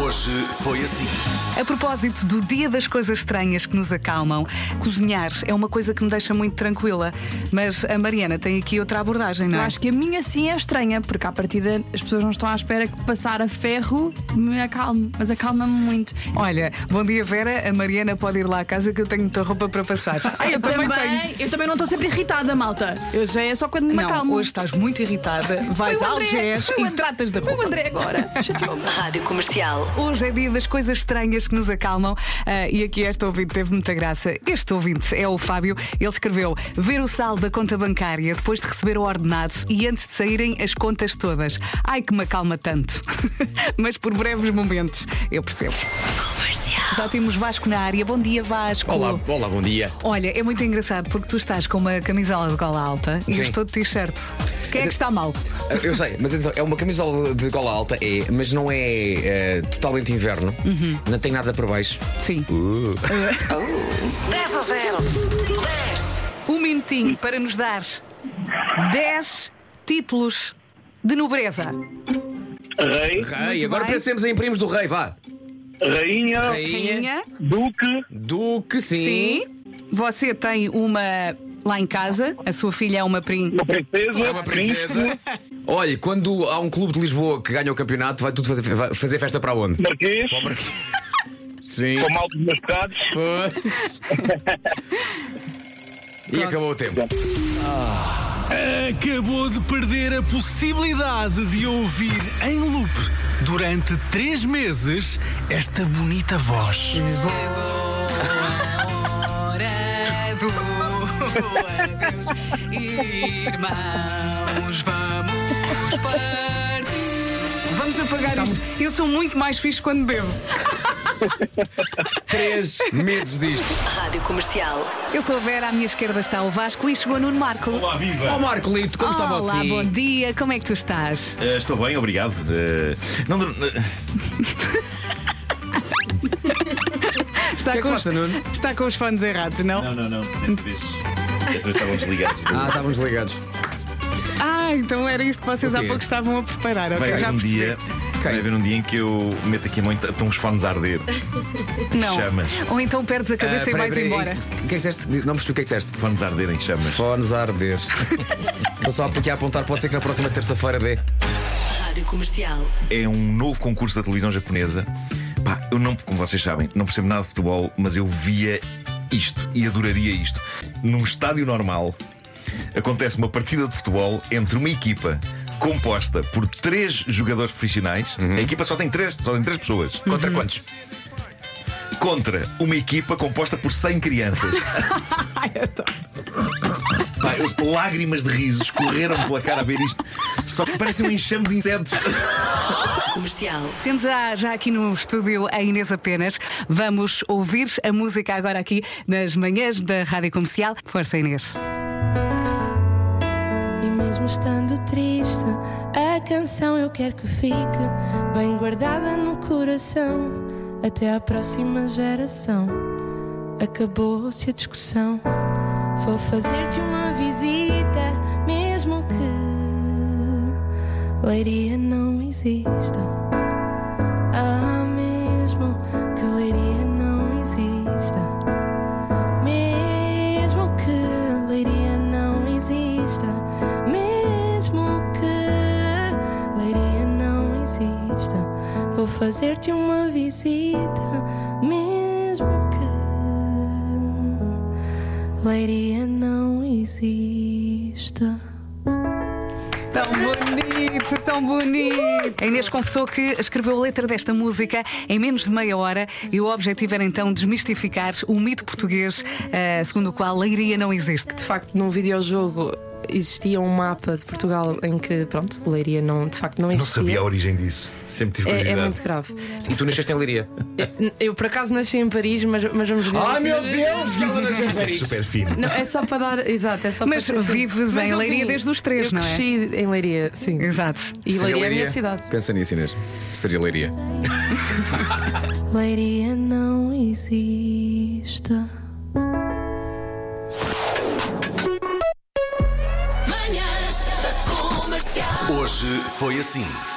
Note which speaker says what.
Speaker 1: Hoje foi assim.
Speaker 2: A propósito do dia das coisas estranhas que nos acalmam, cozinhar é uma coisa que me deixa muito tranquila. Mas a Mariana tem aqui outra abordagem, não
Speaker 3: Eu
Speaker 2: é?
Speaker 3: acho que a minha sim é estranha, porque à partida as pessoas não estão à espera que passar a ferro me acalme, mas acalma-me muito.
Speaker 2: Olha, bom dia, Vera. A Mariana pode ir lá à casa que eu tenho muita roupa para passar. Ah, eu também, tenho.
Speaker 3: eu também não estou sempre irritada, malta. Eu já é só quando me
Speaker 2: Não,
Speaker 3: acalmo.
Speaker 2: hoje estás muito irritada, vais
Speaker 3: Foi o
Speaker 2: a
Speaker 3: André,
Speaker 2: Algés
Speaker 3: foi o
Speaker 2: e
Speaker 3: André.
Speaker 2: tratas da
Speaker 3: Foi o
Speaker 2: roupa.
Speaker 3: André agora. Chateou-me.
Speaker 4: Rádio Comercial.
Speaker 2: Hoje é dia das coisas estranhas que nos acalmam ah, e aqui este ouvinte teve muita graça. Este ouvinte é o Fábio. Ele escreveu ver o saldo da conta bancária depois de receber o ordenado e antes de saírem as contas todas. Ai que me acalma tanto. Mas por breves momentos, eu percebo. Já temos Vasco na área. Bom dia, Vasco.
Speaker 5: Olá, olá, bom dia.
Speaker 2: Olha, é muito engraçado porque tu estás com uma camisola de gola alta e
Speaker 5: Sim.
Speaker 2: eu estou de t-shirt. Quem é que está mal?
Speaker 5: Eu sei, mas atenção, é uma camisola de gola alta, é, mas não é, eh, totalmente inverno,
Speaker 2: Uhum.
Speaker 5: não tem nada por baixo.
Speaker 2: Sim.
Speaker 4: 10 a 0. 10.
Speaker 2: um minutinho para nos dar 10 títulos de nobreza.
Speaker 6: Rei,
Speaker 5: Rei, agora
Speaker 2: bem.
Speaker 5: pensemos em primos do rei, vá.
Speaker 6: rainha,
Speaker 2: Rainha,
Speaker 6: duque,
Speaker 5: Duque, sim.
Speaker 2: sim. Você tem uma lá em casa, a sua filha é uma prim.
Speaker 6: uma princesa,
Speaker 5: É uma princesa.
Speaker 6: príncipe,
Speaker 5: Olha, quando há um clube de Lisboa que ganha o campeonato, vai tudo fazer, vai fazer festa para onde?
Speaker 6: marquês,
Speaker 5: Sim.
Speaker 6: com mal dos meus pecados.
Speaker 5: Pois. e acabou o tempo.
Speaker 1: Acabou de perder a possibilidade de ouvir em loop durante três meses esta bonita voz.
Speaker 2: Irmãos, vamos partir. Vamos apagar isto. Eu sou muito mais fixe quando bebo.
Speaker 5: Três meses disto.
Speaker 4: Rádio Comercial.
Speaker 2: Eu sou a Vera, à minha esquerda está o Vasco e chegou Nuno Marco.
Speaker 7: Olá, viva!
Speaker 5: Ó Marco Lito, como assim? está você?
Speaker 2: Olá, bom dia, como é que tu estás?
Speaker 7: Eh, estou bem, obrigado. Eh, não, dur- eh,
Speaker 2: Está,
Speaker 5: que é que
Speaker 2: com
Speaker 5: se passa, Nuno?
Speaker 2: os... está com os fones errados, não?
Speaker 7: não, não, não. Desta vez, desta vez estavam desligados. do-
Speaker 5: Ah, estávamos ligados.
Speaker 2: Ah, então era isto que vocês
Speaker 5: O
Speaker 2: há
Speaker 5: quê?
Speaker 2: pouco estavam a preparar,
Speaker 7: vai
Speaker 2: ok?
Speaker 7: haver
Speaker 2: Já
Speaker 7: um
Speaker 2: percebi.
Speaker 7: dia.
Speaker 5: Ok.
Speaker 7: Vai haver um dia em que eu meto aqui a mão e t- estão os fones a arder.
Speaker 2: Não.
Speaker 7: Chamas.
Speaker 2: Ou então perdes a cabeça
Speaker 5: Ah,
Speaker 2: e
Speaker 5: peraí,
Speaker 2: vais
Speaker 5: peraí,
Speaker 2: embora.
Speaker 5: O que é que disseste? Não percebi o que é que disseste.
Speaker 7: Fones a arder em chamas.
Speaker 5: Fones a arder. Estou só aqui a apontar, pode ser que na próxima terça-feira dê.
Speaker 4: Rádio Comercial.
Speaker 7: É um novo concurso da televisão japonesa. Pá, eu não, como vocês sabem, não percebo nada de futebol, mas eu via isto e adoraria isto. Num estádio normal, acontece uma partida de futebol entre uma equipa composta por três jogadores profissionais. A equipa só tem três, só tem três pessoas.
Speaker 5: Contra quantos?
Speaker 7: contra uma equipa composta por 100 crianças. Pá, eu- lágrimas de risos correram pela cara a ver isto. Só que parece um enxame de insetos.
Speaker 4: Comercial.
Speaker 2: Temos já, já aqui no estúdio a Inês apenas. Vamos ouvir a música agora aqui nas manhãs da Rádio Comercial. Força, Inês.
Speaker 8: E mesmo estando triste, a canção eu quero que fique bem guardada no coração até à próxima geração. Acabou-se a discussão. Vou fazer-te uma visita, mesmo que Leiria não exista. Ah, mesmo que Leiria não exista. Mesmo que Leiria não exista, mesmo que Leiria não exista, vou fazer-te uma visita, mesmo que Leiria não exista.
Speaker 2: Tão bonito, tão bonito. A Inês confessou que escreveu a letra desta música em menos de meia hora e o objetivo era então desmistificar o mito português eh, segundo o qual a iria não existe.
Speaker 9: de facto num videojogo existia um mapa de Portugal em que, pronto, Leiria não, de facto não
Speaker 7: Não
Speaker 9: existia.
Speaker 7: sabia a origem disso. Sempre tive
Speaker 9: é, é
Speaker 7: curiosidade.
Speaker 9: muito grave.
Speaker 5: E tu nasceste em Liria.
Speaker 9: Eu, eu, por acaso nasci em Paris, mas, mas vamos ver.
Speaker 5: Ai meu Deus, que ela nasceu em
Speaker 7: Isso é
Speaker 5: Paris.
Speaker 7: super fino.
Speaker 9: Não, é só para dar. Exato, é só
Speaker 2: Mas
Speaker 9: para. ser-
Speaker 2: vives em
Speaker 9: eu
Speaker 2: Leiria
Speaker 9: vim.
Speaker 2: desde os três,
Speaker 9: eu
Speaker 2: não é?
Speaker 9: Cresci em Leiria, sim.
Speaker 2: Exato.
Speaker 9: E
Speaker 5: Seria
Speaker 9: Leiria é a minha cidade.
Speaker 5: Pensa nisso, Inês. Seria Leiria.
Speaker 8: Leiria não exista.
Speaker 1: Hoje foi assim.